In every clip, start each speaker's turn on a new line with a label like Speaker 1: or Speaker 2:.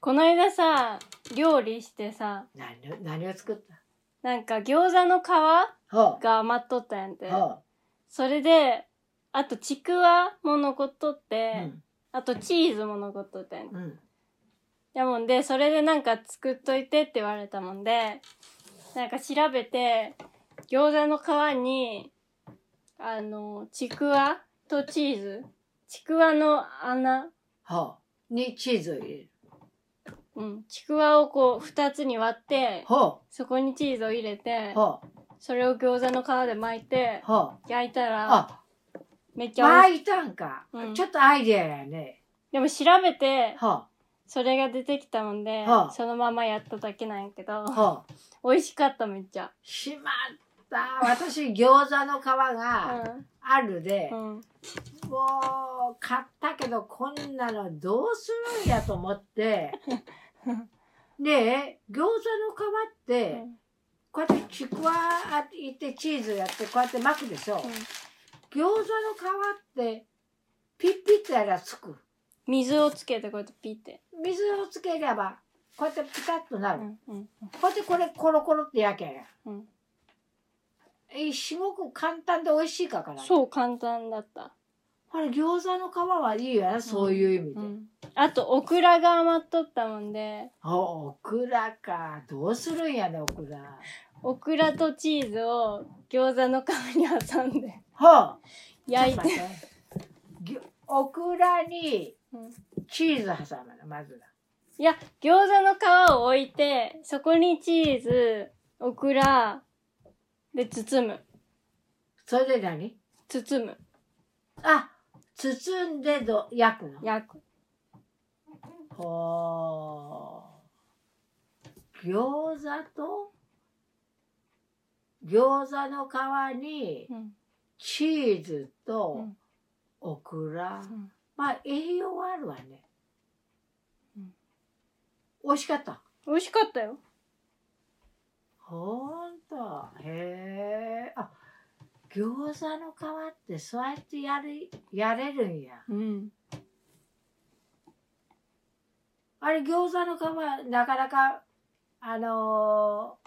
Speaker 1: この間さ、料理してさ、
Speaker 2: 何を何を作った
Speaker 1: なんか餃子の皮
Speaker 2: ほ
Speaker 1: が余っとったんやん
Speaker 2: う
Speaker 1: て。
Speaker 2: ほ
Speaker 1: それで、あとちくわも残っとっ
Speaker 2: う、
Speaker 1: て、あとチーズも残っとったんやん
Speaker 2: う。んうん
Speaker 1: やもんで、それでなんか作っといてって言われたもんで、なんか調べて、餃子の皮に、あの、ちくわとチーズ、ちくわの穴、
Speaker 2: ほうにチーズを入れる
Speaker 1: うん、ちくわをこう二つに割って、
Speaker 2: ほ
Speaker 1: そこにチーズを入れ
Speaker 2: う
Speaker 1: て、
Speaker 2: ほう
Speaker 1: それを餃子の皮で巻いて、
Speaker 2: ほう
Speaker 1: 焼いたら、
Speaker 2: あ
Speaker 1: めっちゃ美味しい。
Speaker 2: 巻いたんか、
Speaker 1: うん
Speaker 2: ちょっとアイデアやね
Speaker 1: でも調べて、
Speaker 2: ほ
Speaker 1: それが出てきたもんで
Speaker 2: はあ、
Speaker 1: そのままやっただけなんやけど
Speaker 2: う、ほう
Speaker 1: 美味しかっためっちゃ。
Speaker 2: しまった私餃子の皮が
Speaker 1: う
Speaker 2: あるで、
Speaker 1: ん。うん。
Speaker 2: もう買ったけどこんなのどうするんやと思ってで餃子の皮って、
Speaker 1: うん
Speaker 2: こうやってちくわあってチーズやってこうやって巻くでしょ、
Speaker 1: うん
Speaker 2: 餃子の皮ってピッピッとやらつく
Speaker 1: 水をつけてこうやってピーって。
Speaker 2: 水をつければこうやってピタッとな
Speaker 1: う
Speaker 2: る、
Speaker 1: んうん
Speaker 2: こうやってこれコロコロって焼けや
Speaker 1: うん。
Speaker 2: えすごく簡単で美味しいかから
Speaker 1: そう簡単だった。
Speaker 2: これ餃子の皮はいいよなそういう意味で、
Speaker 1: うん。あとオクラが余っとったもんで、
Speaker 2: おオクラかどうするんやねオクラ
Speaker 1: オクラとチーズを餃子の皮に挟んで
Speaker 2: ほう
Speaker 1: 焼い
Speaker 2: ちょっと
Speaker 1: て。
Speaker 2: 待ってぎオクラに
Speaker 1: うん
Speaker 2: チーズ挟むのまず
Speaker 1: いや、餃子の皮を置いて、そこにチーズ、オクラ、で包む。
Speaker 2: それで何
Speaker 1: 包む。
Speaker 2: あ包んでど焼くの
Speaker 1: 焼く。
Speaker 2: ほう餃子と餃子の皮に
Speaker 1: うん。
Speaker 2: チーズ
Speaker 1: う
Speaker 2: と
Speaker 1: ん
Speaker 2: オクラ、
Speaker 1: うん
Speaker 2: まあ栄養はあるわね、
Speaker 1: うん
Speaker 2: 美味しかった
Speaker 1: 美味しかったよ。
Speaker 2: ほんとへえあ餃子の皮ってそうやってやれやれるんや
Speaker 1: うん。
Speaker 2: あれ餃子の皮なかなかあの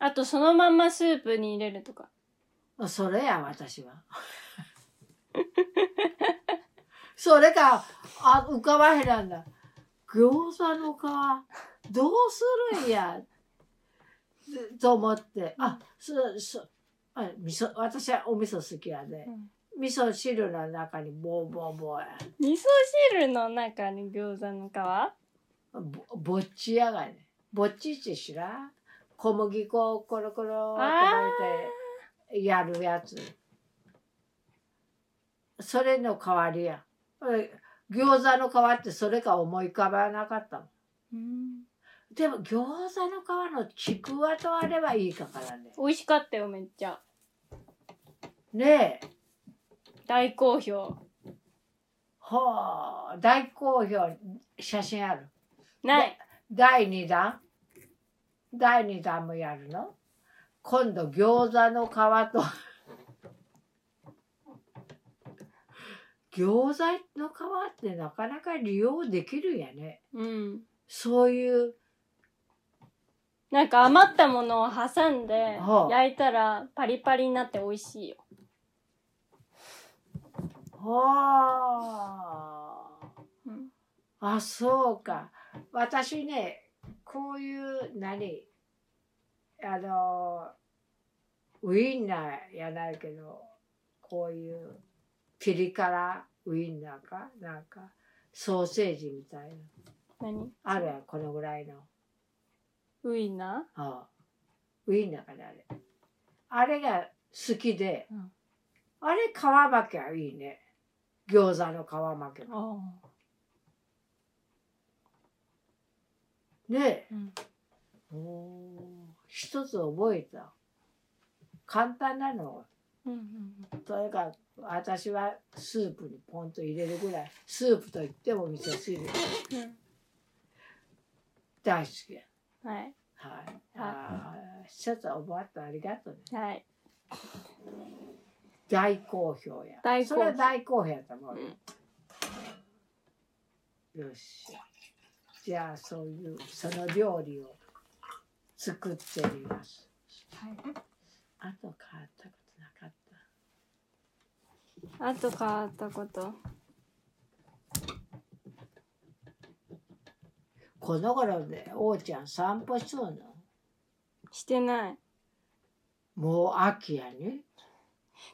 Speaker 1: あと、そのまんまスープに入れるとか。
Speaker 2: ーそれや私はそれかあ浮かばへんなんだ餃子の皮どうするんやずと思ってあそそあ味噌私はお味噌好きやで、
Speaker 1: うん
Speaker 2: 味噌汁の中にボーボーボーや
Speaker 1: 味噌汁の中に餃子の皮
Speaker 2: ぼぼっちやがねぼっちって知らん小麦粉をコロコロって巻いてやるやつそれの代わりやえ餃子の皮ってそれか思い浮かばなかったも
Speaker 1: う
Speaker 2: ん
Speaker 1: ん。
Speaker 2: でも餃子の皮のちくわとあればいいかからね
Speaker 1: 美味しかったよ、めっちゃ。
Speaker 2: ねえ
Speaker 1: 大好評。
Speaker 2: はあ大好評写真ある
Speaker 1: ない。
Speaker 2: 第2弾第2弾もやるの今度餃子の皮と餃子の皮ってなかなか利用できるんやね
Speaker 1: うん。
Speaker 2: そういう
Speaker 1: なんか余ったものを挟んで
Speaker 2: は、あ
Speaker 1: 焼いたらパリパリになって美味しいよ。
Speaker 2: はあ
Speaker 1: うん。
Speaker 2: あそうか私ねこういう何あのウインナーやないけどこういうピリ辛ウインナーかなんかソーセージみたいな
Speaker 1: 何
Speaker 2: あるやんこのぐらいの
Speaker 1: ウインナ
Speaker 2: ああウインナーかなあれあれが好きで、
Speaker 1: うん
Speaker 2: あれ皮巻きはいいね餃子の皮巻き
Speaker 1: ーああ。
Speaker 2: ねえ
Speaker 1: うん。
Speaker 2: おー一つ覚えた簡単なの
Speaker 1: うんうん
Speaker 2: それから私はスープにポンと入れるぐらいスープといっても味噌汁
Speaker 1: うん
Speaker 2: 大好きや
Speaker 1: うん。はい。
Speaker 2: はいあー一つ覚えたありがとうね
Speaker 1: はい。
Speaker 2: 大好評や
Speaker 1: 大好評
Speaker 2: それは大好評やと思う、
Speaker 1: うん
Speaker 2: よっしゃ。じゃあそういうその料理を作ってみます。
Speaker 1: はい。
Speaker 2: あと変わったことなかった。
Speaker 1: あと変わったこと。
Speaker 2: この頃でおちゃん散歩しそうな。
Speaker 1: してない。
Speaker 2: もう秋やね。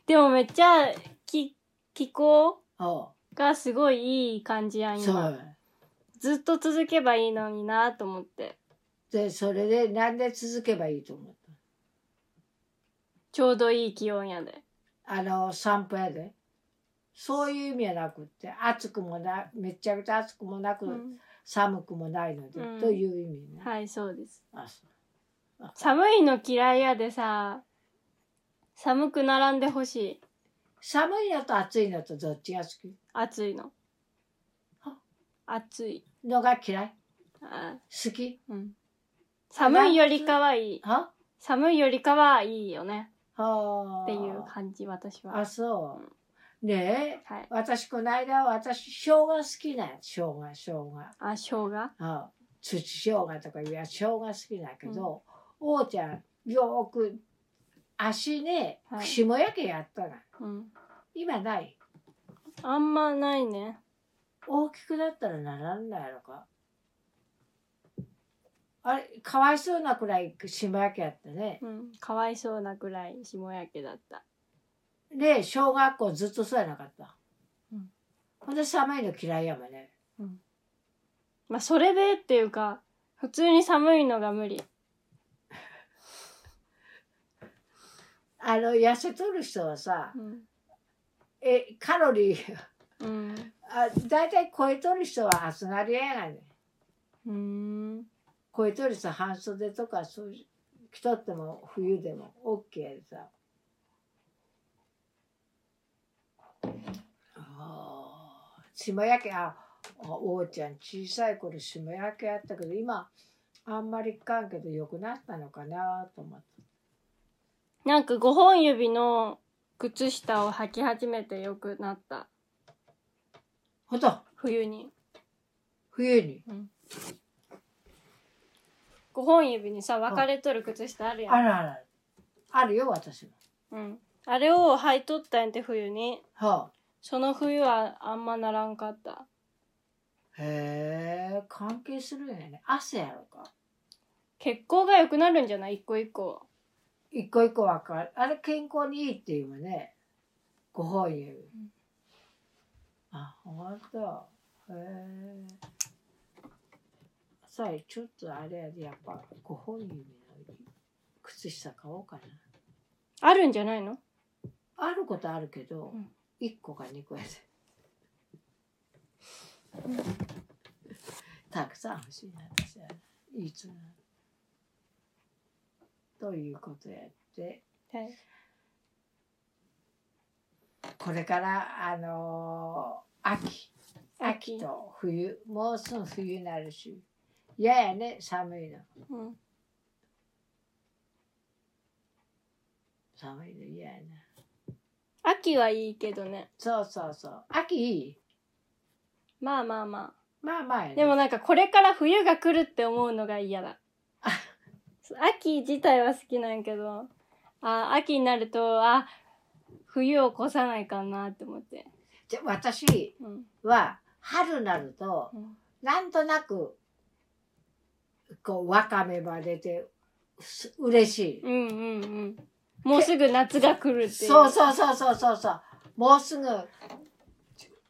Speaker 1: でもめっちゃ、き、気候
Speaker 2: おう
Speaker 1: がすごいいい感じやん、
Speaker 2: そう
Speaker 1: 今。
Speaker 2: や。
Speaker 1: ずっと続けばいいのになと思って。
Speaker 2: でそれでなんで続けばいいと思っ
Speaker 1: ちょうどいい気温やで。
Speaker 2: たあの散歩やで。そういう意味はなくって暑くもなめちゃくちゃ暑くもなく、
Speaker 1: うん
Speaker 2: 寒くもないので、
Speaker 1: うん
Speaker 2: という意味ね。
Speaker 1: はい、そうです。
Speaker 2: あそう
Speaker 1: 寒いの嫌いやでさ、寒く並んでほしい。
Speaker 2: 寒いのと暑いのとどっちが好き
Speaker 1: 暑いの
Speaker 2: あ。
Speaker 1: 暑い。
Speaker 2: のが嫌い
Speaker 1: あ
Speaker 2: 好き
Speaker 1: うん。寒いよりかはいい。
Speaker 2: は
Speaker 1: 寒いよりかはいいよね。
Speaker 2: はあ
Speaker 1: っていう感じ、私は
Speaker 2: あ。そうねえ
Speaker 1: はい。
Speaker 2: 私この間私生姜好きなんや生姜生姜
Speaker 1: あ、生姜
Speaker 2: あ土生姜とかいや生姜好きなんやけど、おうちゃんよーく足ね
Speaker 1: はい
Speaker 2: 串もやけやったな、
Speaker 1: うん。
Speaker 2: 今ない
Speaker 1: あんまないね。
Speaker 2: 大きくなったらならんないのかあれかわいそうなくらい串もやけやったね
Speaker 1: うん。かわいそうなくらい、下焼けだった。
Speaker 2: で小学校ずっとそうやなかった、
Speaker 1: うん
Speaker 2: ほんで寒いの嫌いやもんね
Speaker 1: まあ、それでっていうか、普通に寒いのが無理。
Speaker 2: あの痩せとる人はさ
Speaker 1: うん。
Speaker 2: えカロリー
Speaker 1: うん。
Speaker 2: あ大体超えとる人は暑なりやがね
Speaker 1: うーん。
Speaker 2: 超えとる人は半袖とかそういう着とっても冬でも OK でさあー霜焼けああおうちゃん小さい頃霜焼けあったけど今あんまりいかんけど良くなったのかなと思って
Speaker 1: なんか5本指の靴下を履き始めてよくなった。
Speaker 2: ほとん
Speaker 1: 冬に。
Speaker 2: 冬に
Speaker 1: 5本指にさ、分かれとる靴下あるやん。
Speaker 2: あるあるあるよ私も
Speaker 1: うん。あれを履いとったんやて冬に。
Speaker 2: はあ
Speaker 1: その冬はあんまならんかった。
Speaker 2: へえ、関係するんやね。汗やろか。
Speaker 1: 血行が良くなるんじゃない一個一個。
Speaker 2: 一個一個わかる。あれ健康にいいっていうもんね。ご本人。
Speaker 1: ん
Speaker 2: あ、ほんと。へえ。さあ、ちょっとあれやで、やっぱ、ご本人の靴下買おうかな。
Speaker 1: あるんじゃないの
Speaker 2: あることあるけど
Speaker 1: うん、
Speaker 2: 一、個か二個やで。たくさん欲しいな、私は。いつも。ということやって、
Speaker 1: はい。
Speaker 2: これから、あのー秋、秋と冬、もうすぐ冬になるし、嫌やね、寒いの。
Speaker 1: うん。
Speaker 2: 寒いの嫌やな。
Speaker 1: 秋はいいけどね。
Speaker 2: そうそうそう。秋いい
Speaker 1: まあまあま
Speaker 2: まあまあや
Speaker 1: あ。
Speaker 2: ね。
Speaker 1: でもなんかこれから冬が来るって思うのが嫌だ
Speaker 2: あ。
Speaker 1: 秋自体は好きなんやけど、あ秋になると、あ、冬を越さないかなって思って。
Speaker 2: じゃ私
Speaker 1: うん。
Speaker 2: は、春になると、
Speaker 1: うん
Speaker 2: なんとなく、こう、わかめが出て、す嬉しい。
Speaker 1: うんうんうん。もうすぐ夏が来るっていう。
Speaker 2: そうそうそうそうそうそう。もうすぐ、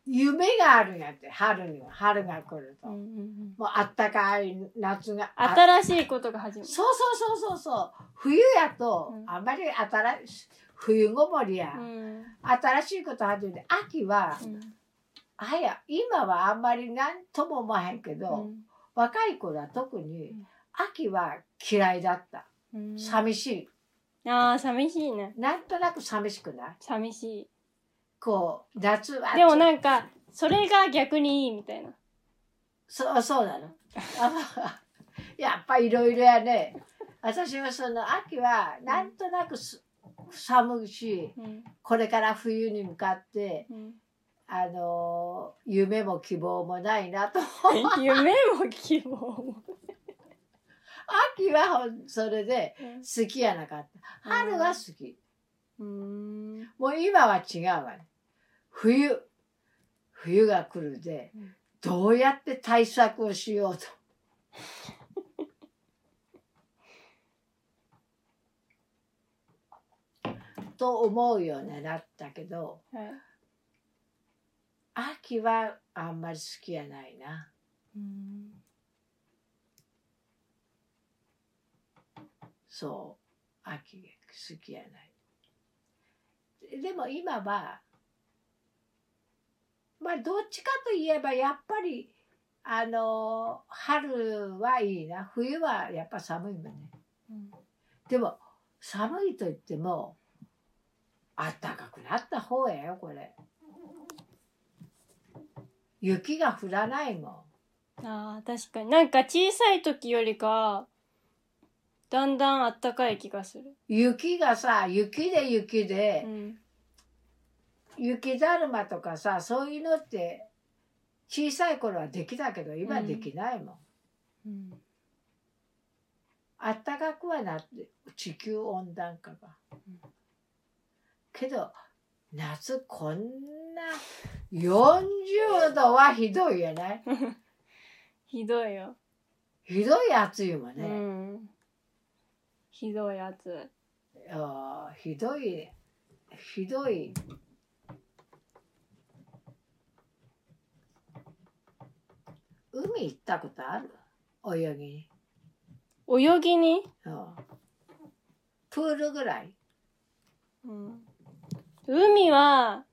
Speaker 2: 夢があるんやって、春には。春が来ると。
Speaker 1: うんう
Speaker 2: も
Speaker 1: んうん。
Speaker 2: う、あったかい夏が。あ
Speaker 1: 新しいことが始まる。
Speaker 2: そうそうそうそうそう。冬やと
Speaker 1: う、ん
Speaker 2: あんまり新しい、冬ごもりや。
Speaker 1: うん。
Speaker 2: 新しいこと始めて、秋は、
Speaker 1: うん
Speaker 2: あや、今はあんまりなんとも思わへんけど、若い頃は特に
Speaker 1: うん、
Speaker 2: 秋は嫌いだった。
Speaker 1: うん
Speaker 2: 寂しい。
Speaker 1: ああ、寂しいね。
Speaker 2: なんとなく寂しくない
Speaker 1: 寂しい。
Speaker 2: こう、夏は。
Speaker 1: でもなんか、それが逆にいいみたいな。
Speaker 2: そう、そうなの。あやっぱいろいろやね。私はその秋は、なんとなくす寒いし、
Speaker 1: うん。
Speaker 2: これから冬に向かって、
Speaker 1: うん。
Speaker 2: あの夢も希望もないなと
Speaker 1: 夢も希望も。
Speaker 2: 秋はほんそれで好きやなかった春は好き
Speaker 1: うーん。
Speaker 2: もう今は違うわね冬冬が来るで
Speaker 1: うん
Speaker 2: どうやって対策をしようとと思うようになったけど、
Speaker 1: はい。
Speaker 2: 秋はあんまり好きやないな。
Speaker 1: うん。
Speaker 2: そう。秋が好きやない。でも今は、まあどっちかといえばやっぱり、あの、春はいいな。冬はやっぱ寒いもんね。
Speaker 1: うん
Speaker 2: でも、寒いと言っても、暖かくなった方やよ、これ。雪が降らないもん。
Speaker 1: ああ、確かに。なんか小さい時よりか、だんだんあったかい気がする。
Speaker 2: 雪がさ、雪で雪で、
Speaker 1: うん。
Speaker 2: 雪だるまとかさそういうのって小さい頃はできたけど今
Speaker 1: うん
Speaker 2: できないも
Speaker 1: う
Speaker 2: ん、
Speaker 1: ん。
Speaker 2: あったかくはなって地球温暖化が、
Speaker 1: ん
Speaker 2: けど夏こんな40度はひどいやない
Speaker 1: ひどいよ。
Speaker 2: ひどい暑いもん
Speaker 1: う
Speaker 2: ね、
Speaker 1: ん。ひどいやつ。
Speaker 2: あーひどいひどい海行ったことある泳ぎに
Speaker 1: 泳ぎに
Speaker 2: うんプールぐらい
Speaker 1: うん海は、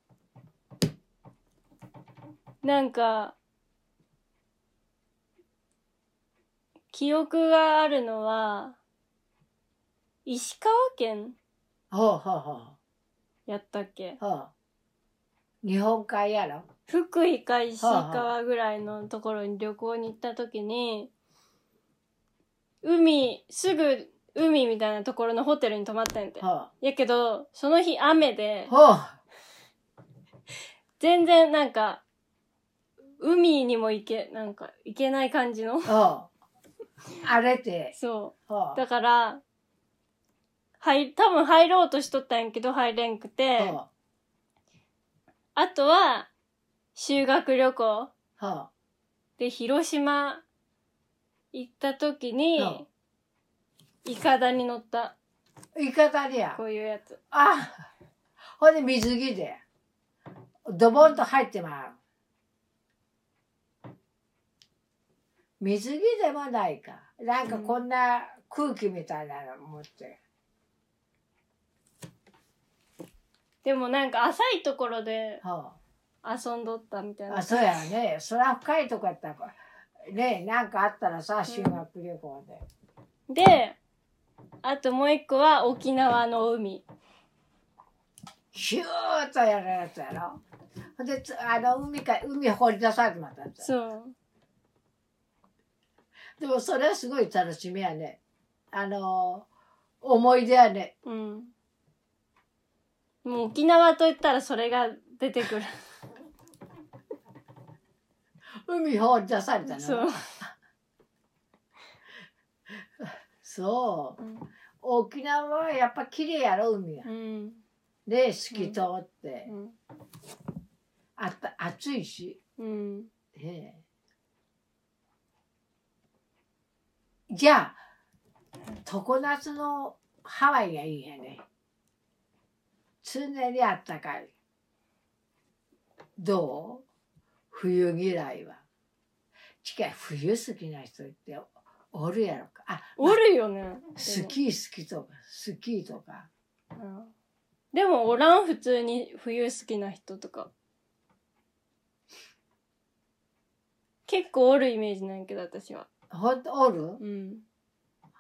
Speaker 1: なんか、記憶があるのは、石川県
Speaker 2: ほうほうほう
Speaker 1: やったっけ
Speaker 2: ほう日本海やろ
Speaker 1: 福井か石川ぐらいのところに旅行に行った時に、海、すぐ海みたいなところのホテルに泊まったんやて。
Speaker 2: ほう
Speaker 1: やけど、その日雨で、
Speaker 2: ほう
Speaker 1: 全然なんか、海にも行け、なんか行けない感じの。
Speaker 2: ほう荒れて
Speaker 1: そう。
Speaker 2: ほう
Speaker 1: だから、はい、多分入ろうとしとったんやけど入れんくて
Speaker 2: ほ、う
Speaker 1: あとは、修学旅行
Speaker 2: ほう
Speaker 1: で広島行った時
Speaker 2: うん
Speaker 1: に、イカダに乗った、
Speaker 2: いかだりや
Speaker 1: こういうやつ。
Speaker 2: あほんで水着でドボンと入ってまう水着でもないかなんかこんな空気みたいなの持って、
Speaker 1: でもなんか浅いところで
Speaker 2: ほう
Speaker 1: 遊んどったみたい
Speaker 2: あ
Speaker 1: な。
Speaker 2: そうやねそら深いとこやったらねなんかあったらさ修学旅行で、
Speaker 1: で、あともう一個は沖縄の海。
Speaker 2: シューッとやるやつやろほんでつあの海か海掘り出されてまったやつ
Speaker 1: そう。
Speaker 2: でもそれはすごい楽しみやねあの思い出やね
Speaker 1: うん。もう沖縄と言ったらそれが出てくる。
Speaker 2: 海掘り出されたの
Speaker 1: そう。
Speaker 2: そう沖縄はやっぱ綺麗やろ海が
Speaker 1: うん。
Speaker 2: で透き通って、
Speaker 1: うん。
Speaker 2: あった暑いし
Speaker 1: うん。
Speaker 2: ええ。じゃあ、常夏のハワイがいいんやね。常にあったかい。どう冬嫌いは。近い冬好きな人っておるやろか。あ、
Speaker 1: おるよね。
Speaker 2: スキー好きとか、スキーとか。
Speaker 1: でも。うんでもおらん普通に冬好きな人とか。結構おるイメージなんやけど私は。
Speaker 2: ほんとおる、
Speaker 1: うん。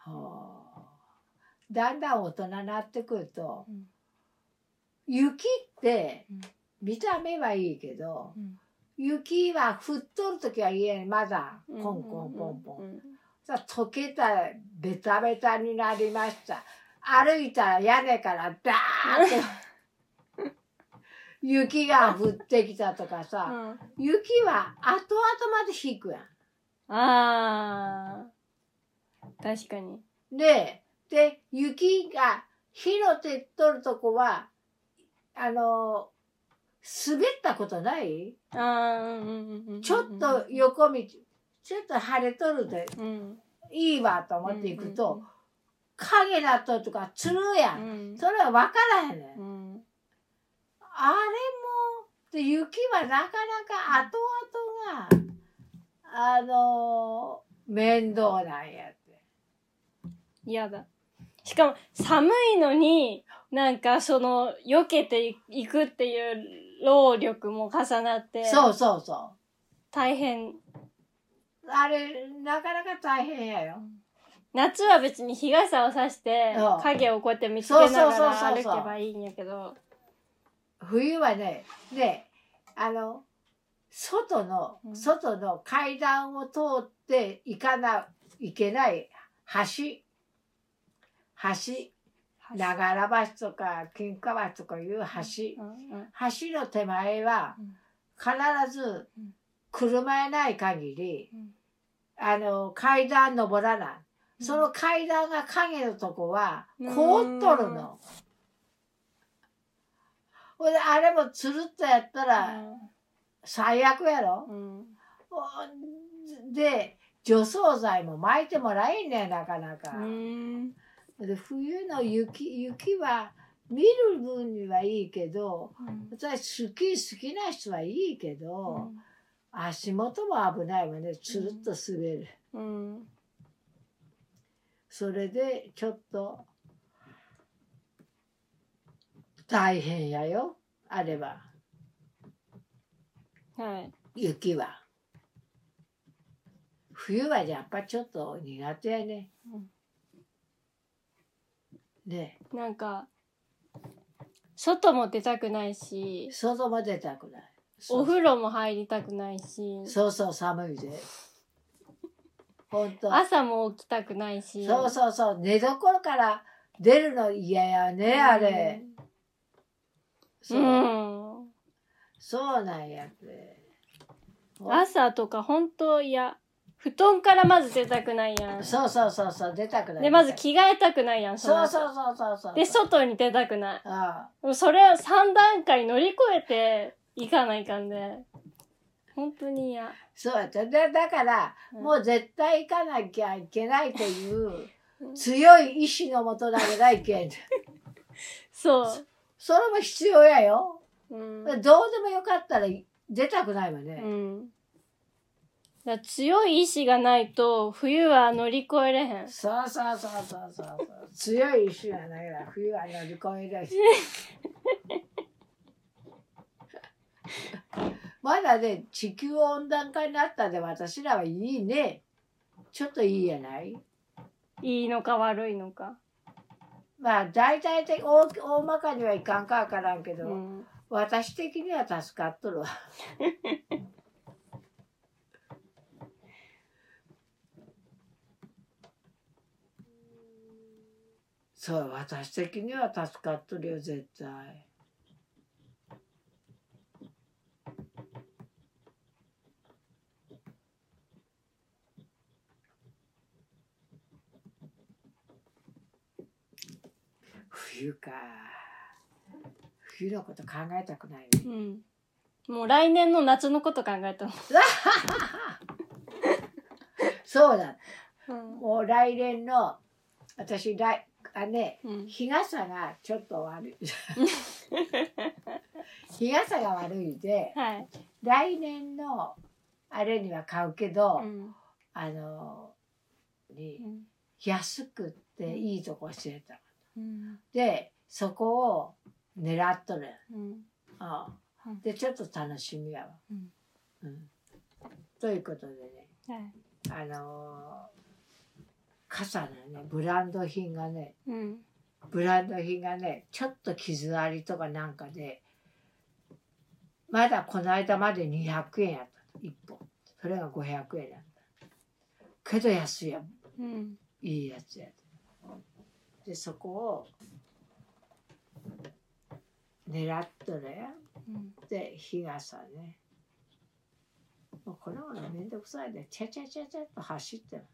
Speaker 2: はあだんだん大人になってくると、
Speaker 1: うん
Speaker 2: 雪って
Speaker 1: うん
Speaker 2: 見た目はいいけど、雪は降っとる時は家にまだコンコンポンポン、
Speaker 1: ン。
Speaker 2: さあ溶けたベタベタになりました歩いたら屋根からダーッと雪が降ってきたとか
Speaker 1: う
Speaker 2: さ、
Speaker 1: ん、
Speaker 2: 雪は後々まで引くや
Speaker 1: あー確かに
Speaker 2: ん。で、で、雪が広ってっとるとこは、あの、滑ったことない
Speaker 1: あーうんうんうんうん
Speaker 2: ちょっと横道、ちょっと晴れとるで
Speaker 1: うん
Speaker 2: いいわと思っていくと、影なっとるとかつるや
Speaker 1: うん
Speaker 2: ん。
Speaker 1: うん
Speaker 2: それは分からへんねん。
Speaker 1: うん
Speaker 2: あれもで雪はなかなか後々があのー面倒なんやって。
Speaker 1: 嫌だしかも寒いのになんかその避けていくっていう労力も重なって
Speaker 2: そうそうそ
Speaker 1: 大変
Speaker 2: う。あれなかなか大変やよ。
Speaker 1: 夏は別に日傘を差して
Speaker 2: うん
Speaker 1: 影をこうやって見つけな
Speaker 2: そう
Speaker 1: が
Speaker 2: そう
Speaker 1: ら
Speaker 2: そうそ
Speaker 1: 歩
Speaker 2: う
Speaker 1: け
Speaker 2: そう
Speaker 1: ばいいんやけど
Speaker 2: 冬はねであの外の
Speaker 1: うん
Speaker 2: 外の階段を通って行かないけない橋橋長良橋とか金華橋とかいう
Speaker 1: う
Speaker 2: 橋
Speaker 1: んうん
Speaker 2: 橋の手前は必ず
Speaker 1: うん
Speaker 2: 車やない限り、
Speaker 1: うん
Speaker 2: あの階段登らない、
Speaker 1: うん
Speaker 2: その階段が影のとこは
Speaker 1: うん
Speaker 2: 凍っとるの。ほんであれもつるっとやったら最悪やろ、
Speaker 1: うんうん
Speaker 2: ほんで除草剤も巻いてもらえんねんなかなか、
Speaker 1: うん
Speaker 2: で冬の雪雪は見る分にはいいけど私好き好きな人はいいけど、足元も危ないわねつるっと滑る、
Speaker 1: うん
Speaker 2: それでちょっと大変やよあれは
Speaker 1: はい
Speaker 2: 雪は冬はやっぱちょっと苦手やね
Speaker 1: うん
Speaker 2: ね
Speaker 1: なんか外も出たくないし
Speaker 2: 外も出たくない
Speaker 1: お
Speaker 2: そう
Speaker 1: 風呂も入りたくないし
Speaker 2: そうそう寒いで本当
Speaker 1: 朝も起きたくないし
Speaker 2: そうそうそう寝所から出るの嫌やね、あれ
Speaker 1: う
Speaker 2: そう、
Speaker 1: ん、うん
Speaker 2: そうなんやって
Speaker 1: 朝とか本当いや布団からまず出たくないやん
Speaker 2: そうそうそうそう出たくない
Speaker 1: でまず着替えたくないやんの
Speaker 2: そう
Speaker 1: 後
Speaker 2: そうそうそうそう
Speaker 1: で外に出たくない
Speaker 2: あ
Speaker 1: もうそれを3段階乗り越えていかないかんで本当に嫌
Speaker 2: あそうやってでだから、
Speaker 1: うん
Speaker 2: もう絶対行かなきゃいけないという
Speaker 1: うん
Speaker 2: 強い意志のもとだけないけん
Speaker 1: そ
Speaker 2: それも必要やよ、
Speaker 1: ううん、
Speaker 2: どうでもよかったら出たくないわ
Speaker 1: う
Speaker 2: ね、
Speaker 1: ん、だから強い意志がないと冬は乗り越えれへん
Speaker 2: そうそうそうそうそうそう強い意志がないから冬は乗り越 えるまだね地球温暖化になったんで私らはいいねちょっといいやない
Speaker 1: いいのか悪いのか、
Speaker 2: まあ大体的大大まかにはいかんかわからんけ
Speaker 1: う
Speaker 2: ど、
Speaker 1: ん、
Speaker 2: 私的には助かっとるわ。そう私的には助かっとるよ絶対。冬か冬のこと考えたくないね
Speaker 1: うん、もう来年の夏のこと考えたの、
Speaker 2: そうだ
Speaker 1: うん
Speaker 2: もう来年の私来あね
Speaker 1: うん、
Speaker 2: 日傘がちょっと悪い 日傘が悪いで
Speaker 1: はい、
Speaker 2: 来年のあれには買うけど、
Speaker 1: うん
Speaker 2: あのに
Speaker 1: うん
Speaker 2: 安くっていいとこ教えた
Speaker 1: うん
Speaker 2: でそこを狙っとる
Speaker 1: うん
Speaker 2: ああ
Speaker 1: うん
Speaker 2: でちょっと楽しみやわ、
Speaker 1: うん
Speaker 2: うんということでね
Speaker 1: はい
Speaker 2: あのー傘のねブランド品がね
Speaker 1: うん
Speaker 2: ブランド品がねちょっと傷ありとかなんかでまだこの間まで200円やった1本それが500円やったけど安いやん
Speaker 1: うん
Speaker 2: いいやつやでそこを狙っとるやん
Speaker 1: うん
Speaker 2: で日傘ねもうこのものめんどくさいでチャチャチャチャっと走ってる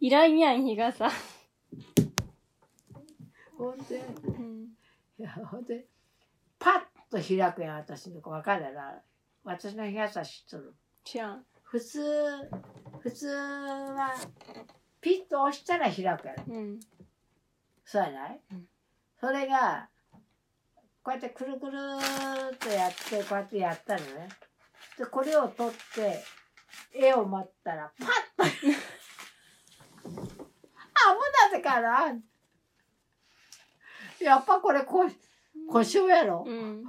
Speaker 1: いらんやん、日傘。
Speaker 2: ほんで
Speaker 1: うん。
Speaker 2: いやほんでパッと開くやん私の子分かるやろ私の日傘知っとる
Speaker 1: 知らん。
Speaker 2: 普通普通はピッと押したら開くやろ
Speaker 1: うん。
Speaker 2: そうやない、
Speaker 1: うん
Speaker 2: それがこうやってくるくるーっとやってこうやってやったのねでこれを取って絵を待ったらパッと あ無駄だからやっぱこれこ故障やろ、
Speaker 1: うん。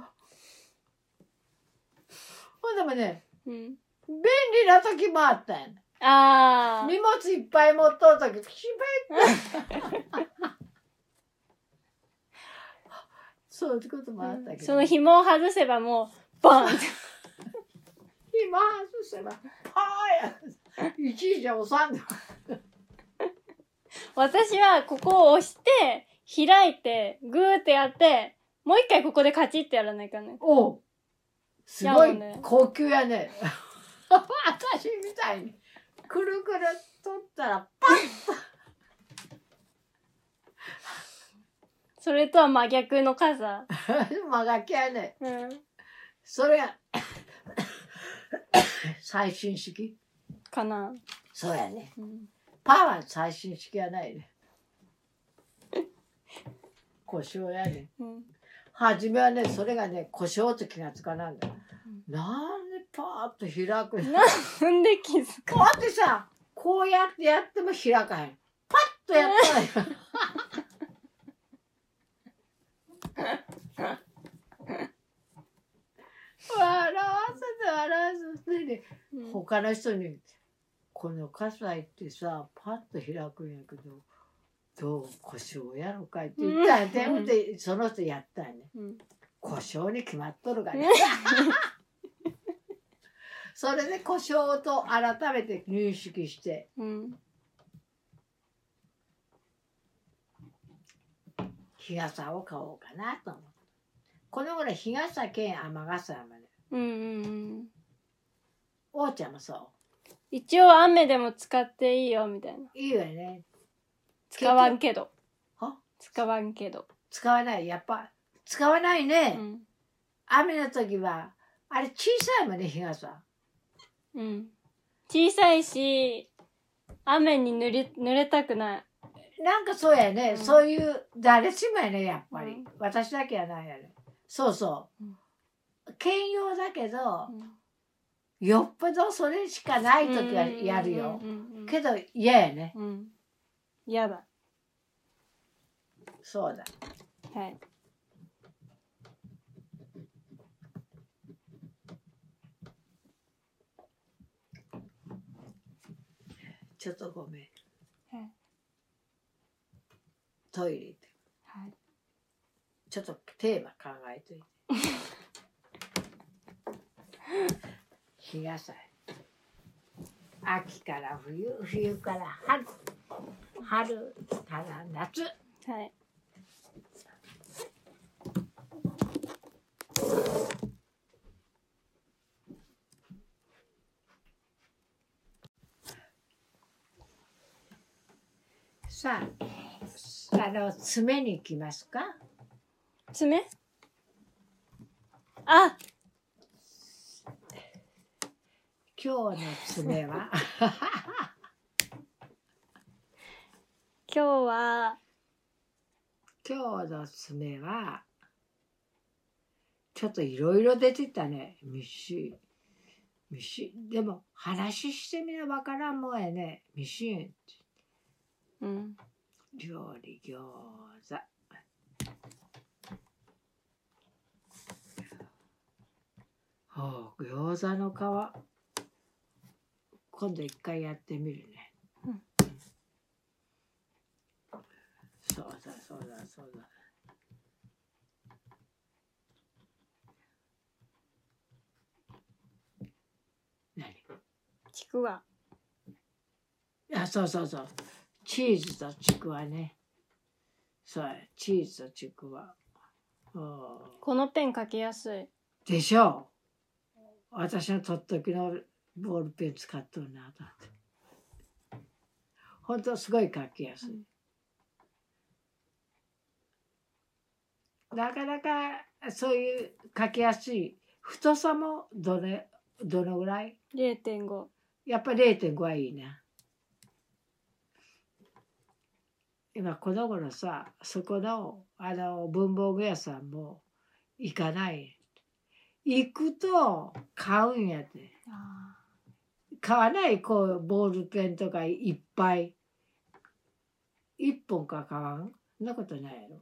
Speaker 2: ほんでもね
Speaker 1: うん。
Speaker 2: 便利な時もあったんやね
Speaker 1: あ
Speaker 2: 荷物いっぱい持っとる 時きべってそういうこともあった
Speaker 1: あ。
Speaker 2: けど
Speaker 1: その紐を外せばもう、バンって。
Speaker 2: 今外せば「はーい」いちいち押さんで
Speaker 1: 私はここを押して、開いて、グーってやって、もう一回ここでカチってやらないかね。
Speaker 2: おうすご
Speaker 1: やも
Speaker 2: い
Speaker 1: んね
Speaker 2: 高級やね 私みたいにくるくる取ったら
Speaker 1: それとは真逆の傘。
Speaker 2: パッ曲がきやね
Speaker 1: うん。
Speaker 2: そ れが最新式
Speaker 1: かな。
Speaker 2: そうやね
Speaker 1: うん。
Speaker 2: パワー最新式やない ね故障やね
Speaker 1: うん。
Speaker 2: 初めはねそれがね故障と気がつかなんだ、なんでパーッと開くの
Speaker 1: なんで気づか
Speaker 2: こうやってさ、こうやってやっても開かへん。パッと やったら、笑わせて笑わせてね、
Speaker 1: うん
Speaker 2: 他の人に、この傘行ってさ、パッと開くんやけど、どう故障やろかいって言ったら、
Speaker 1: うん
Speaker 2: でもってその人やったんやね。
Speaker 1: うん。
Speaker 2: 故障に決まっとるがね。それで故障と改めて認識して、
Speaker 1: うん。
Speaker 2: 日傘を買おうかなと思う。この頃日傘兼雨傘まで。
Speaker 1: うんうんうん。
Speaker 2: おうちゃんもそ
Speaker 1: 一応雨でも使っていいよ、みたいな。
Speaker 2: う。いいよね。
Speaker 1: 使わんけど。
Speaker 2: は
Speaker 1: 使わんけど。
Speaker 2: 使わない。やっぱ、使わないうね。
Speaker 1: ん。
Speaker 2: 雨の時は、あれ小さいもんね、日傘。
Speaker 1: うん。小さいし、雨に濡れ、濡れたくない。
Speaker 2: なんかそうやね。
Speaker 1: うん
Speaker 2: そういう、誰しもやね、やっぱり。
Speaker 1: うん
Speaker 2: 私だけやないやね。そうそう。
Speaker 1: うん
Speaker 2: 兼用だけど
Speaker 1: う、ん
Speaker 2: よっぽどそれしかない時はやるよ
Speaker 1: うん。うんうんうん
Speaker 2: けど嫌やね。
Speaker 1: うん。嫌だ。
Speaker 2: そうだ。
Speaker 1: はい。
Speaker 2: ちょっとごめん
Speaker 1: はい。
Speaker 2: トイレ行って。
Speaker 1: はい。
Speaker 2: ちょっとテーマ考えといて。 日傘。秋から冬、冬から春。春から夏。
Speaker 1: はい。
Speaker 2: さあ、あの、爪に行きますか
Speaker 1: 爪あ
Speaker 2: 今日の爪は。
Speaker 1: 今日は、
Speaker 2: 今日の爪は、ちょっといろいろ出てたね。ミシン。ミシン。でも、話してみればわからんもんやね。ミシン。
Speaker 1: うん。
Speaker 2: 料理餃子ほう餃子の皮今度一回やってみるね、
Speaker 1: うん
Speaker 2: そうだそうだそうだ何
Speaker 1: ちくわ。
Speaker 2: あそうそうそうチーズとちくわねそうやチーズとちくわうん
Speaker 1: このペン書きやすい。
Speaker 2: でしょう私の取っときのボールペン使っとるなと思って本当すごい書きやすい、なかなかそういう書きやすい太さもどれどのぐらい
Speaker 1: 0.5。
Speaker 2: やっぱり0.5はいいな今この頃さそこのあの文房具屋さんも行かない行くと買うんやて
Speaker 1: あ
Speaker 2: 買わないこうボールペンとかいっぱい一本か買わんそんなことないやろ
Speaker 1: ー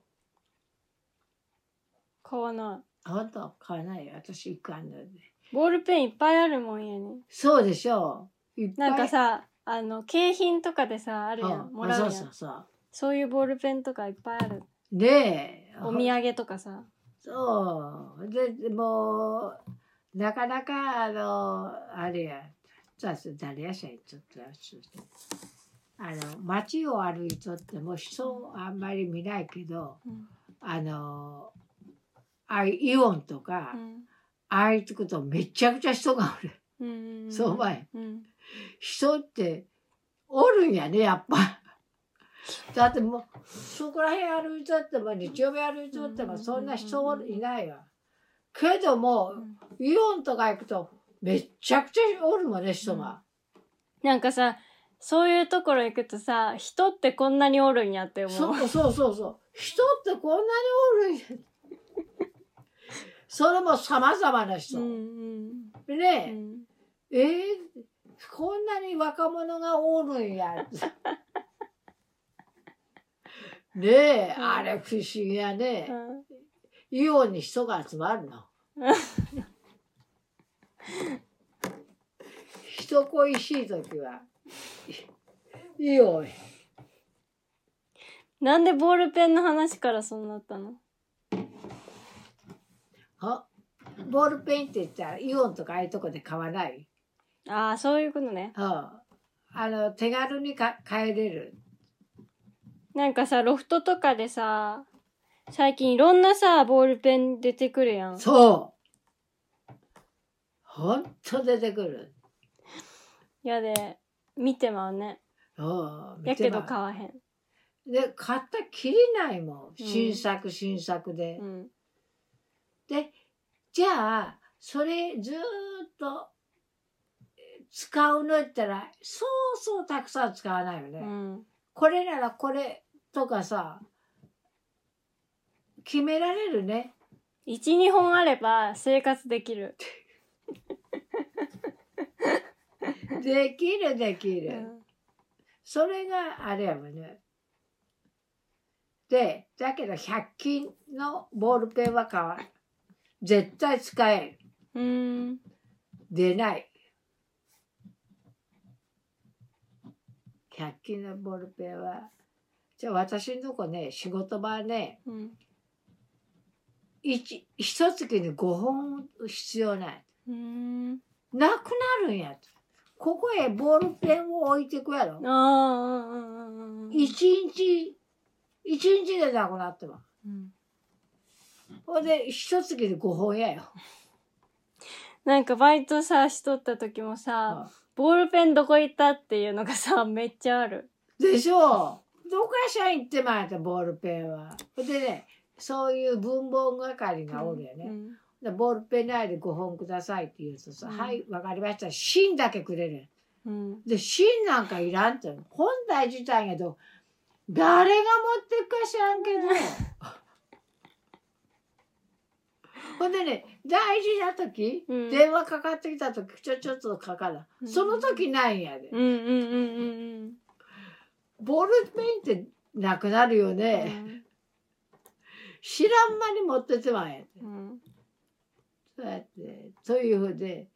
Speaker 1: 買わな
Speaker 2: あほんと買わないよ私行かんので
Speaker 1: い。ボールペンいっぱいあるもんやね。
Speaker 2: そうでしょういっぱい
Speaker 1: なんかさ、あの、景品とかでさ、あるや
Speaker 2: うん
Speaker 1: ん。もらうやん。
Speaker 2: そ
Speaker 1: そう
Speaker 2: そううそう
Speaker 1: いうボールペンとかいっぱいある。
Speaker 2: で
Speaker 1: お土産とかさ。
Speaker 2: そう。で、でもう、なかなか、あの、あれや、さす誰やしゃいちょっとやしあの、街を歩いとっても人をあんまり見ないけど、
Speaker 1: うん。
Speaker 2: あの、あいイオンとか、
Speaker 1: うん。
Speaker 2: ああいうとことめちゃくちゃ人がおる。
Speaker 1: うんうん。
Speaker 2: そうばい。
Speaker 1: うん。
Speaker 2: 人っておるんやねやっぱ。だってもうそこら辺歩いとっても日曜日歩いとってもそんな人おるいないわ。けども
Speaker 1: うん
Speaker 2: イオンとか行くとめっちゃくちゃおるもんね人が。
Speaker 1: なんかさ、そういうところ行くとさ、人ってこんなにおるんやって思う。
Speaker 2: そうそうそうそう。人ってこんなにおるんや。 それも様々な 人。
Speaker 1: うんう
Speaker 2: ね
Speaker 1: ん。
Speaker 2: え、えーこんなに若者がおるんや。 ねえ、
Speaker 1: うん
Speaker 2: あれ不思議やね。
Speaker 1: うん。
Speaker 2: イオンに人が集ま るの。人恋しい時はイオンへ
Speaker 1: なんでボールペンの話からそうなったの
Speaker 2: あボールペンって言ったらイオンとかああいうとこで買わない、
Speaker 1: ああ、そういうことね。
Speaker 2: うん、あの手軽にか買えれる
Speaker 1: なんかさ、ロフトとかでさ、最近いろんなさ、ボールペン出てくるやん。
Speaker 2: そうほんと出てくる
Speaker 1: やで、見てまうね。
Speaker 2: うん
Speaker 1: や
Speaker 2: 見
Speaker 1: け
Speaker 2: て
Speaker 1: ど
Speaker 2: ま
Speaker 1: 買わへん。
Speaker 2: うで買ったきりないもん
Speaker 1: うん
Speaker 2: 新作新作で、
Speaker 1: うん。
Speaker 2: でじゃあそれずーっとえー使うの言ったらそうそうたくさん使わないよね、
Speaker 1: うん。
Speaker 2: これならこれとかさ決められるね
Speaker 1: 一、二本あれば生活できる。
Speaker 2: できるでき
Speaker 1: う
Speaker 2: る、
Speaker 1: ん。
Speaker 2: それがあれやもんねでだけど100均のボールペンは買わん絶対使えん
Speaker 1: うん。
Speaker 2: 出ない。100均のボールペンは、じゃあ私のとこね、仕事場ね、
Speaker 1: うん。
Speaker 2: 一一月に5本必要ない。
Speaker 1: うん。
Speaker 2: なくなるんやと。ここへボールペンを置いてくやろ。
Speaker 1: ああ、うんうんうんうん。
Speaker 2: 一日、一日でなくなっても。
Speaker 1: うん
Speaker 2: ほんで、一月に5本やよ。
Speaker 1: なんかバイトさ、しとった時もさ、
Speaker 2: うん
Speaker 1: ボールペンどこ行ったっていうのがさ、 めっちゃある。
Speaker 2: でしょう。どこかしら行ってまいた、ボールペンは。ほんでね、そういう文房具係がおるよね。
Speaker 1: うん
Speaker 2: でボールペンないで5本くださいって言うとさ「
Speaker 1: うん
Speaker 2: はいわかりました芯だけくれる
Speaker 1: うん。」
Speaker 2: で芯なんかいらんって本体自体やけど誰が持ってくか知らんけ どほんでね大事な時、
Speaker 1: うん
Speaker 2: 電話かかってきた時ちょちょっとかからん、
Speaker 1: うん
Speaker 2: その時ないんやで、
Speaker 1: うんうんうんうんうん。
Speaker 2: ボールペンってなくなるよね、知らん間に持っててまんやで
Speaker 1: うん
Speaker 2: そうやって、そういうふうで、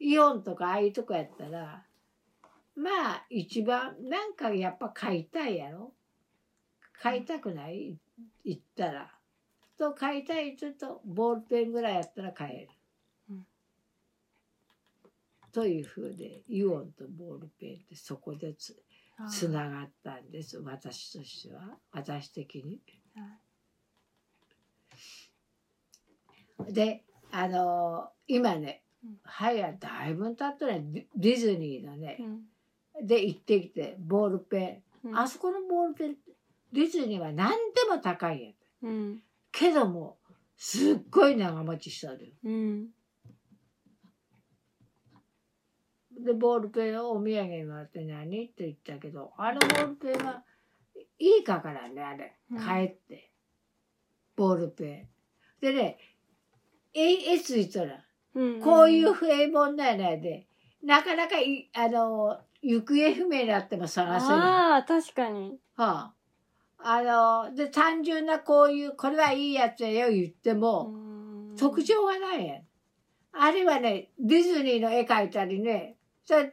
Speaker 2: イオンとかああいうとこやったら、まあ一番、なんかやっぱ買いたいやろ買いたくない行ったら。と買いたいちょっとボールペンぐらいやったら買える。
Speaker 1: うん
Speaker 2: というふうで、イオンとボールペンってそこでつつながったんです、私としては、私的に。であの今ね
Speaker 1: うん
Speaker 2: 早だいぶ経ったねディディズニーのね
Speaker 1: うん
Speaker 2: で行ってきてボールペ
Speaker 1: う
Speaker 2: ン、
Speaker 1: ん
Speaker 2: あそこのボールペンディズニーは何でも高いや
Speaker 1: う
Speaker 2: ん
Speaker 1: ん
Speaker 2: けどもすっごい長持ちしたのよ
Speaker 1: うん
Speaker 2: でボールペンをお土産にもらって何って言ったけどあのボールペンはいいかからねあれ
Speaker 1: うん
Speaker 2: 買えって、ボールペンでね AS 言ったら
Speaker 1: うん
Speaker 2: こういう平凡なやないでなかなかいあの行方不明になっても探せるは
Speaker 1: ああ確かに
Speaker 2: あ、あので単純なこういうこれはいいやつやよ言っても、
Speaker 1: うん
Speaker 2: 特徴がないやん。あれはね、ディズニーの絵描いたりね、それ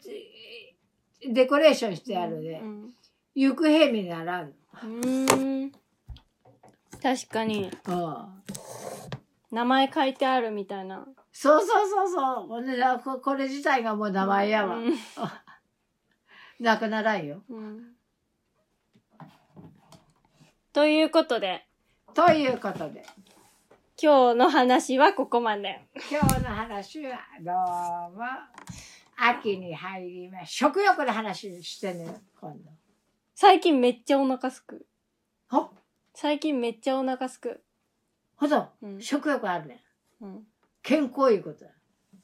Speaker 2: デコレーションしてあるね
Speaker 1: う、ん
Speaker 2: 行方にならん。
Speaker 1: うん確かに
Speaker 2: うん。
Speaker 1: 名前書いてあるみたいな
Speaker 2: そうそうそうそう。これなここれ自体がもう名前やわ。
Speaker 1: うん
Speaker 2: なくならんよ。
Speaker 1: うんということで
Speaker 2: ということで、
Speaker 1: 今日の話はここまで
Speaker 2: 今日の話はどうも、秋に入りま食欲の話してね、今度。
Speaker 1: 最近めっちゃお腹すく
Speaker 2: ほ、
Speaker 1: 最近めっちゃお腹すく
Speaker 2: ほと、
Speaker 1: うん
Speaker 2: 食欲あるねん。
Speaker 1: うん
Speaker 2: 健康いうことだ。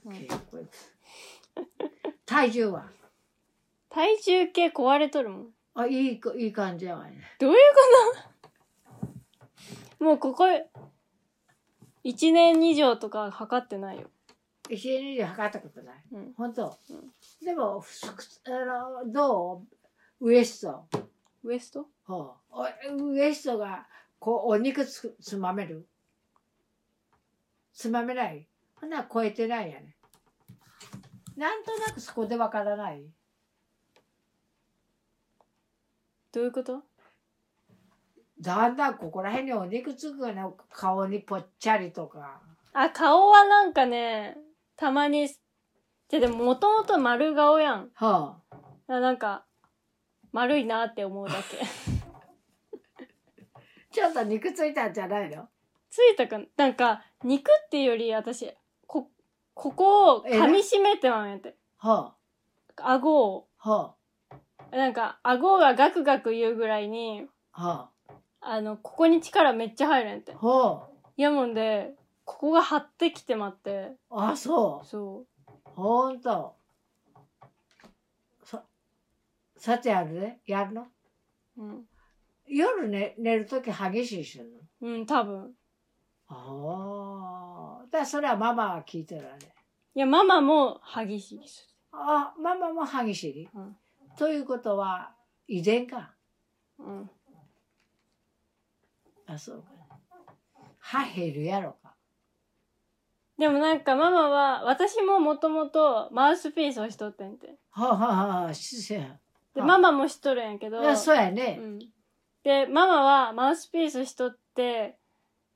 Speaker 1: うん
Speaker 2: 健康いうこと体重は
Speaker 1: 体重計壊れとるもん
Speaker 2: あいいこいい感じやわね。
Speaker 1: どういうこともうここ1年以上とか測ってないよ、
Speaker 2: 一年以上測ったことない。
Speaker 1: うん、
Speaker 2: 本当。
Speaker 1: うん
Speaker 2: でもふすくあのどうウエスト。
Speaker 1: ウエスト
Speaker 2: ほうおウエストがこうお肉つくつまめる。つまめない。ほな超えてないやね。なんとなくそこでわからない。
Speaker 1: どういうこと
Speaker 2: だんだんここら辺にお肉つくよね。顔にぽっちゃりとか。
Speaker 1: あ顔はなんかねたまにじゃでももともと丸顔やん
Speaker 2: はあ。
Speaker 1: あなんか丸いなって思うだけ
Speaker 2: ちょっと肉ついたんじゃないの
Speaker 1: ついたかななんか肉っていうより私こここを噛みしめてまんやって
Speaker 2: は
Speaker 1: 顎を
Speaker 2: あ。は
Speaker 1: なんか顎がガクガク言うぐらいに
Speaker 2: あ。は
Speaker 1: あのここに力めっちゃ入るんやって
Speaker 2: あ。ほ
Speaker 1: いやもんでここが張ってきてまって
Speaker 2: う。あ、そう。
Speaker 1: そ
Speaker 2: ほんと。さ、さてあるね。やるの
Speaker 1: ううん、
Speaker 2: 夜ね、寝るとき激しいしてるの。
Speaker 1: うん、多分
Speaker 2: ああ。だからそれはママは聞いてるわね。
Speaker 1: いやママも歯ぎしりす
Speaker 2: あ、ママも激しい。
Speaker 1: うん
Speaker 2: ということは、遺伝か。
Speaker 1: るうん
Speaker 2: あ、そうか。歯減るやろか。
Speaker 1: でもなんかママは私ももともとマウスピースをしとってんて
Speaker 2: はあ、はあはあ、しせや。
Speaker 1: で
Speaker 2: あ
Speaker 1: ママもしとるんやけど
Speaker 2: いや、そうやね
Speaker 1: う。ん、でママはマウスピースしとって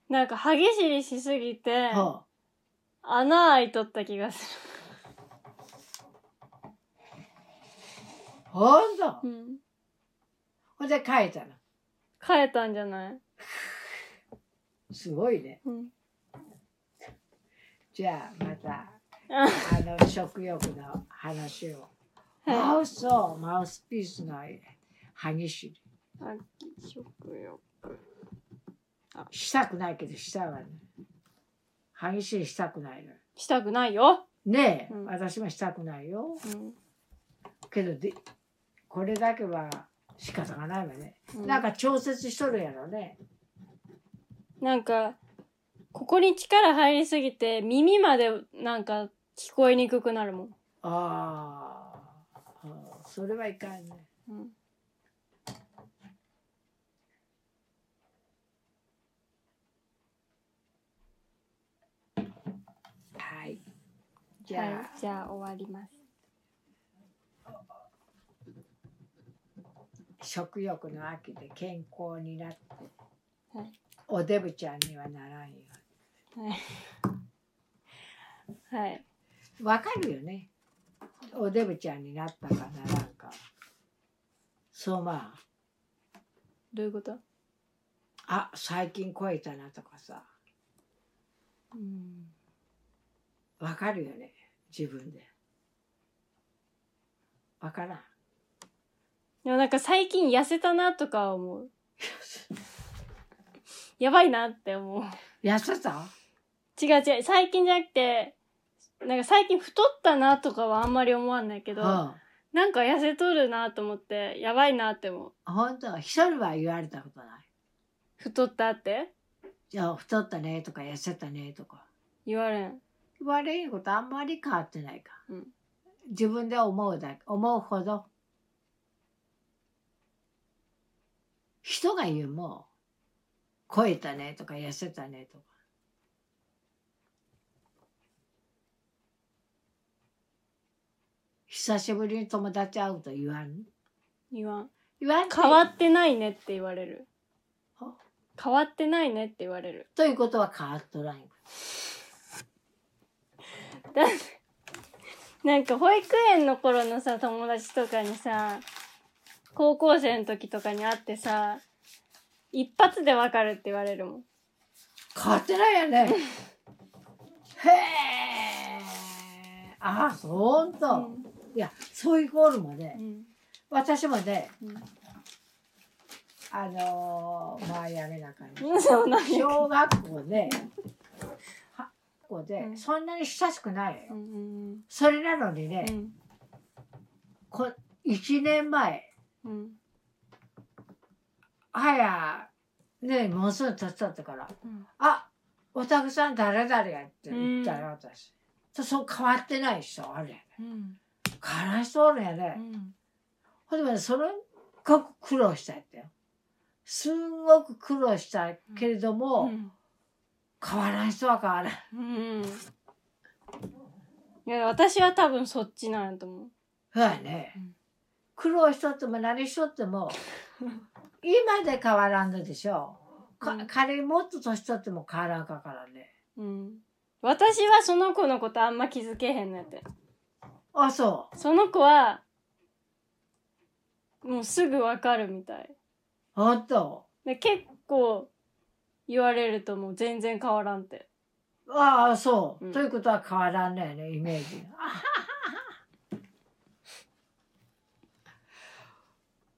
Speaker 1: なんか歯ぎしりしすぎて
Speaker 2: はあ。
Speaker 1: 穴開いとった気がす
Speaker 2: ほんと
Speaker 1: る、。うん、
Speaker 2: ほんで変えたの。
Speaker 1: 変えたんじゃない、
Speaker 2: すごいね。
Speaker 1: うん、
Speaker 2: じゃあ、また。
Speaker 1: あ
Speaker 2: あの食欲の話を。マウスをマウスピースの激しい。
Speaker 1: 食欲
Speaker 2: したくないけどしたわね。激しいしたくないの。
Speaker 1: したくないよ、
Speaker 2: ねえ、
Speaker 1: うん
Speaker 2: 私もしたくないよ。
Speaker 1: うん
Speaker 2: けどでこれだけは仕方がないわね。
Speaker 1: うん
Speaker 2: なんか調節しとるやろね。
Speaker 1: なんかここに力入りすぎて耳までなんか聞こえにくくなるもん、
Speaker 2: ああああ、それはいかんね。
Speaker 1: うん、
Speaker 2: はい。じゃあ、
Speaker 1: はいじゃあ終わります
Speaker 2: 食欲の秋で健康になって、
Speaker 1: はい
Speaker 2: おデブちゃんにはならんよ。
Speaker 1: はい
Speaker 2: わかるよね。おデブちゃんになったかならんか。そうま
Speaker 1: どういうこと
Speaker 2: あ、あ、最近超えたなとかさ。
Speaker 1: うん
Speaker 2: わかるよね自分でわからん
Speaker 1: でもなんか最近痩せたなとかは思 う。やばいなって思う。
Speaker 2: 痩せた
Speaker 1: 違う違う、最近じゃなくて、なんか最近太ったなとかはあんまり思わないけ
Speaker 2: う
Speaker 1: ど、
Speaker 2: ん
Speaker 1: なんか痩せとるなと思って、やばいなって思う。
Speaker 2: 本当は一人は言われたことない
Speaker 1: 太ったって
Speaker 2: いや太ったねとか痩せたねとか
Speaker 1: 言われん。
Speaker 2: 言われることあんまり変わってないか、
Speaker 1: うん
Speaker 2: 自分で思うだけ思うほど人が言うもう超えたねとか痩せたねとか久しぶりに友達会うと言わん
Speaker 1: 言わん。
Speaker 2: 言わん
Speaker 1: 変わってないねって言われる
Speaker 2: は。
Speaker 1: 変わってないねって言われる。
Speaker 2: ということは変わっとらん
Speaker 1: なんか保育園の頃のさ友達とかにさ高校生の時とかに会ってさ一発でわかるって言われるもん
Speaker 2: 変わってない よね。へえ。ああ、ほんと。いや、そういうゴールもね、
Speaker 1: ん
Speaker 2: 私もね、
Speaker 1: うん
Speaker 2: あのー、まあやめな感じ。
Speaker 1: うんそうなんや
Speaker 2: 小学校で、はこう
Speaker 1: う
Speaker 2: で、
Speaker 1: ん
Speaker 2: そんなに親しくないの
Speaker 1: う
Speaker 2: よ。
Speaker 1: ん
Speaker 2: それなのにね
Speaker 1: う、ん
Speaker 2: こ1年前、
Speaker 1: うん
Speaker 2: あや、ね、もうすぐ年だったから、
Speaker 1: うん
Speaker 2: あ、おたくさん誰々やって言った
Speaker 1: う
Speaker 2: ら私。とそう変わってない人あるや
Speaker 1: う
Speaker 2: ん。
Speaker 1: ん
Speaker 2: 悲しそうだよ
Speaker 1: う
Speaker 2: ね。
Speaker 1: ん
Speaker 2: ほんでもねそれが苦労したってよ。すんごく苦労したけれども、変わらない人は変わらない。
Speaker 1: うんいや私は多分そっちなんやと思う
Speaker 2: そうやね
Speaker 1: うん。
Speaker 2: 苦労しとっても何しとっても、今で変わらんのでしょう。か
Speaker 1: うん
Speaker 2: 彼もっと年取っても変わらんかからね。
Speaker 1: うん私はその子のことあんま気づけへんのやって
Speaker 2: あ、そ。
Speaker 1: その子はもうすぐわかるみたいう
Speaker 2: ほんと。
Speaker 1: で結構言われるともう全然変わらんって
Speaker 2: ああ、そう、
Speaker 1: うん
Speaker 2: ということは変わらんのよね、イメー ジ。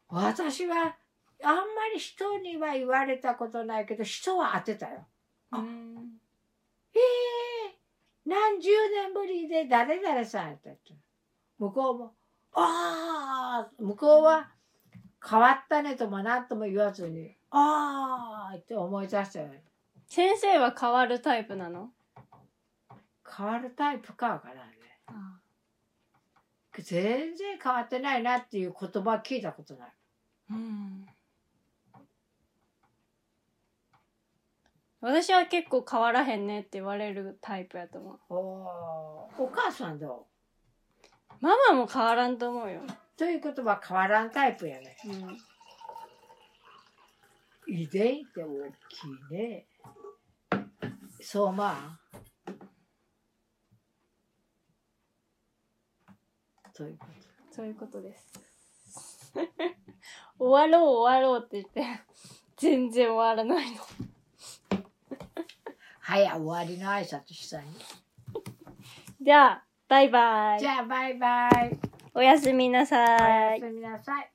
Speaker 2: 私は、あんまり人には言われたことないけど、人は当てたよ。あ
Speaker 1: うん
Speaker 2: ええ何十年ぶりで誰々さんやったって。向こうも、ああ、向こうは変わったねとも何とも言わずに、ああって思い出したよね。
Speaker 1: 先生は変わるタイプなの
Speaker 2: 変わるタイプかわからんね。全然変わってないなっていう言葉聞いたことない。
Speaker 1: うん私は結構変わらへんねって言われるタイプやと思う
Speaker 2: おお母さんど
Speaker 1: ママも変わらんと思うよ、
Speaker 2: うということは変わらんタイプやね。
Speaker 1: うん、
Speaker 2: 遺伝って大きいね。そうまあ。というこ
Speaker 1: そういうことです終わろう終わろうって言って全然終わらないの
Speaker 2: と。早終わりの挨拶したい。
Speaker 1: じゃあバイバイ
Speaker 2: じゃあバイバイ。
Speaker 1: おやすみなさ
Speaker 2: お
Speaker 1: ーい
Speaker 2: やすみなさい。